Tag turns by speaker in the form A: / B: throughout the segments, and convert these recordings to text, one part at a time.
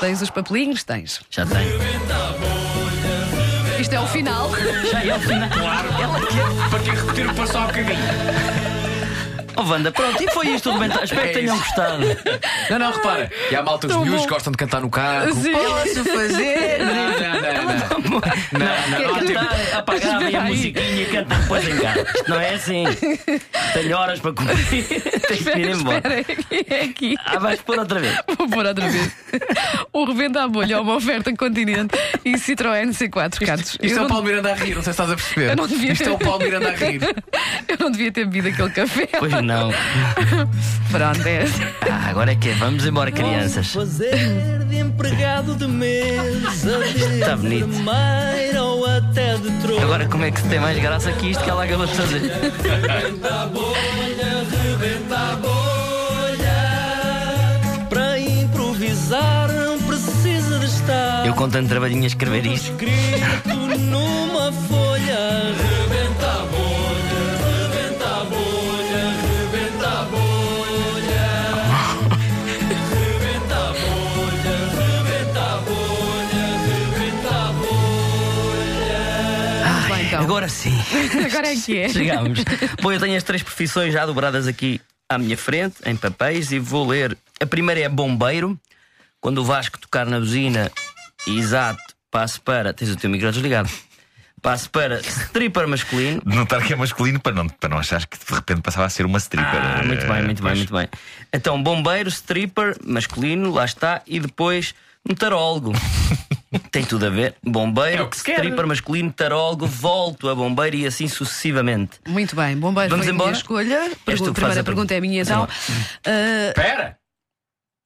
A: Tens os papelinhos? Tens.
B: Já tem.
A: Isto é o final.
B: Já é o final. Claro. Ela quer.
C: Para que repetir o passo há bocadinho?
B: Oh, Wanda, pronto, e foi isto o
C: É
B: rebenta. Espero que tenham gostado.
C: Não, não, repara. E há malta dos
A: Tão
C: miúdos
A: bom.
C: que gostam de cantar no carro.
A: Sim.
B: Posso fazer?
C: Não, não, não, não. Não, não,
A: Quer
C: não.
A: cantar?
B: Cantar, apagar ali a
A: Espera aí.
B: musiquinha e cantar depois em casa. Isto não é assim. Tenho horas para cumprir. Tenho que ir embora.
A: Espera, aqui é aqui.
B: Ah, vais pôr outra vez.
A: Vou pôr outra vez. O Rebenta à Bolha é uma oferta continente e Citroën C4, Carlos.
C: Isto é
A: eu,
C: o
A: não,
C: Paulo Miranda a rir, não sei se estás a perceber.
A: Eu não devia
C: Isto
A: ter-
C: é o Paulo Miranda a rir.
A: eu não devia ter bebido aquele café.
B: Pois não.
A: Pronto, é.
B: Ah, agora é que é. Vamos embora, crianças.
D: Fazer de empregado de mesa, de
B: Está bonito.
D: enfermeira ou até de troco.
B: Agora, como é que se tem mais graça que isto que ela acabou de fazer?
D: Rebenta a bolha. Para improvisar não precisa de estar
B: Eu com tanto trabalhinho a escrever isto.
D: escrito numa folha. Rebenta a bolha, rebenta a bolha, rebenta a bolha. Rebenta a bolha, rebenta a bolha, rebenta a bolha.
A: Vai, então.
B: Agora sim.
A: Agora é que é.
B: Chegámos. Bom, eu tenho as três profissões já dobradas aqui à minha frente, em papéis, e vou ler. A primeira é bombeiro. Quando o Vasco tocar na buzina, exato, passo para. Tens o teu micro desligado. Passo para stripper masculino.
E: De notar que é masculino para não, para não achares que de repente passava a ser uma stripper.
B: Ah, muito bem, muito bem, muito bem. Então, bombeiro, stripper, masculino, lá está, e depois um tarólogo. Tem tudo a ver.
C: É o
B: Bombeiro,
C: que se quer.
B: stripper, masculino, tarólogo, volto a bombeiro e assim sucessivamente.
A: Muito bem, bombeiro
B: Vamos
A: foi a
B: embora?
A: minha escolha.
B: És tu
A: Pergu-
B: que
A: primeira
B: fazes a
A: pergunta, é a minha então.
B: Vamos
A: Ah,
C: Espera!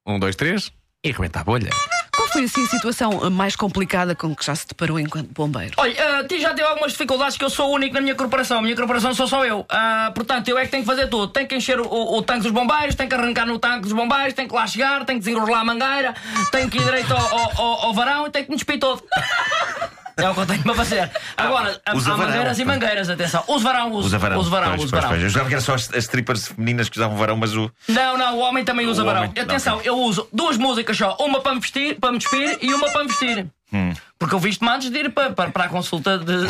C: Um, dois, três. E rebenta a bolha.
A: qual foi assim a situação ah, mais complicada com que já se deparou enquanto bombeiro?
B: Olha, a ti já teve algumas dificuldades que eu sou o único na minha corporação. A minha corporação sou só eu. Ah, portanto, eu é que tenho que fazer tudo. Tenho que encher o, o- o tanque dos bombeiros, tenho que arrancar no tanque dos bombeiros, tenho que lá chegar, tenho que desenrolar a mangueira, tenho que ir direito ao, ao- ao- ao varão e tenho que me despir todo. É o que eu tenho para fazer. Agora, há,
E: usa
B: há
E: varão,
B: mangueiras e
E: portanto.
B: mangueiras, atenção. Usa varão, usa,
E: Usa varão.
B: Usa varão,
E: Pois,
B: usa
E: pois,
B: varão.
E: pois. Eu jogava que era só as, as strippers femininas que usavam varão, mas o.
B: Não, não, o homem também usa
E: O
B: varão.
E: homem- não,
B: Atenção,
E: ok.
B: eu uso duas músicas só, uma para me vestir, para me despir e uma para me vestir.
E: Hum.
B: Porque eu visto-me antes de ir para, para, para a consulta de.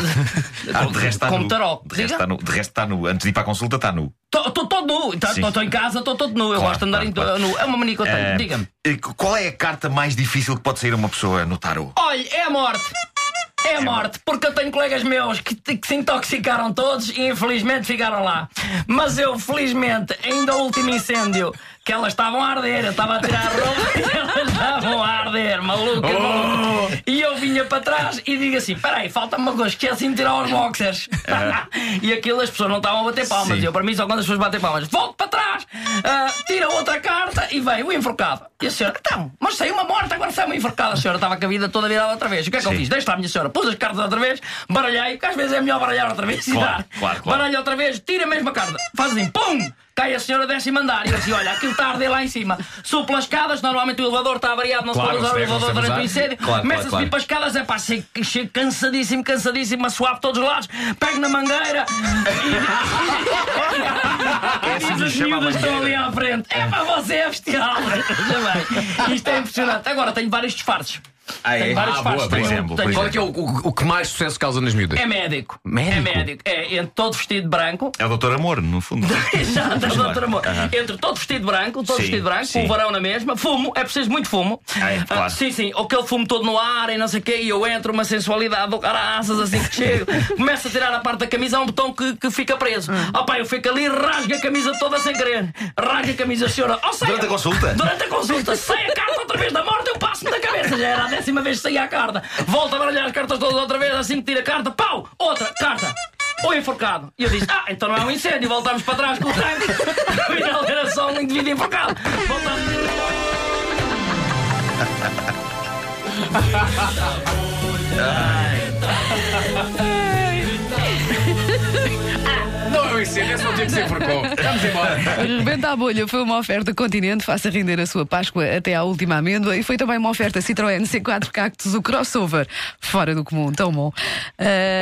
E: Ah, de resto está
B: como
E: nu.
B: tarol.
E: De resto
B: Diga?
E: está nu. De resto está nu. Antes de ir para a consulta está nu.
B: Estou todo nu,
E: Sim.
B: estou em casa, estou todo nu. Eu
E: Claro,
B: gosto de andar
E: claro,
B: em
E: claro.
B: nu. É uma mania que eu tenho,
E: Eh,
B: diga-me.
E: e qu- Qual é a carta mais difícil que pode sair a uma pessoa no tarot?
B: Olha, é a morte. É a morte, porque eu tenho colegas meus que, te- que se intoxicaram todos e infelizmente ficaram lá. Mas eu, felizmente, ainda o último incêndio, que elas estavam a arder, eu estava a tirar a roupa e elas estavam a arder, maluca, maluca. E eu vinha para trás e digo assim: peraí, falta-me uma coisa, esqueci-me de tirar os boxers. e aquilo as pessoas não estavam a bater palmas.
E: Sim.
B: Eu, para mim, só quando as pessoas batem palmas, volto para trás, ah, tira outra carta e vem o enforcado. E a senhora, então, mas saiu uma morta, agora saiu uma enforcada. A senhora estava com a vida toda virada outra vez. O que é que eu
E: Sim.
B: fiz? Deixa lá, minha senhora, pus as cartas outra vez, baralhei, que às vezes é melhor baralhar outra vez. e
E: Claro,
B: dar.
E: claro, claro.
B: Baralho outra vez, tira a mesma carta, faz assim, pum! Cai a senhora décimo andar e eu assim, olha, aquilo está a arder lá em cima. Subo pelas escadas, normalmente o elevador está variado, não
C: Claro,
B: se pode usar o
C: não se deve, não
B: elevador
C: se deve
B: durante o
C: usar.
B: incêndio.
C: Claro,
B: Começa-se
C: claro,
B: a vir para as escadas, é pá, chego, chego cansadíssimo, cansadíssimo, a suar por todos os lados, pego na mangueira e. e diz os
E: chama a
B: miúdos que estão ali à frente. É para você é bestial. Veja bem, Isto é impressionante. Agora tenho vários disfarces.
E: Ah, é?
B: Tenho vários
C: Ah,
B: disfarces.
C: boa, por
B: Tenho-
E: exemplo,
B: tenho-
E: por
C: Qual é que é o, o- o que mais sucesso causa nas miúdas?
B: é médico.
C: Médico?
B: É médico. É entre todo vestido de branco.
E: É o Doutor Amor, no fundo.
B: Exato,
E: Pois
B: doutor
E: claro.
B: amor.
E: Aham.
B: Entre todo vestido de branco, todo
E: Sim,
B: vestido de branco,
E: sim.
B: com o varão na mesma, fumo, é preciso muito fumo.
E: Ah, é, claro.
B: sim, sim, aquele fumo todo no ar e não sei o quê, e eu entro, uma sensualidade, do caraças assim que chego, começo a tirar a parte da camisa, há um botão que, que fica preso. Ah, pá, eu fico ali, rasgo a camisa toda sem querer. Rasgo a camisa, senhora. Oh, saia.
E: Durante a consulta?
B: Durante a consulta, sai a carta outra vez da morte, eu passo-me da cabeça. Já era a décima vez que saía a carta. Volto a baralhar as cartas todas outra vez, assim que tira a carta, pau! Outra carta. Ou enforcado. E eu disse: Ah, então não é um incêndio, voltamos para trás com o tanque. Afinal era só um indivíduo enforcado. Voltamos.
C: Não é o incêndio, é só o dia que se enforcou. Vamos embora.
A: Rebenta a Bolha foi uma oferta continente, faça render a sua Páscoa até à última amêndoa e foi também uma oferta Citroën C4 Cactus, o crossover, fora do comum, tão bom. Ah,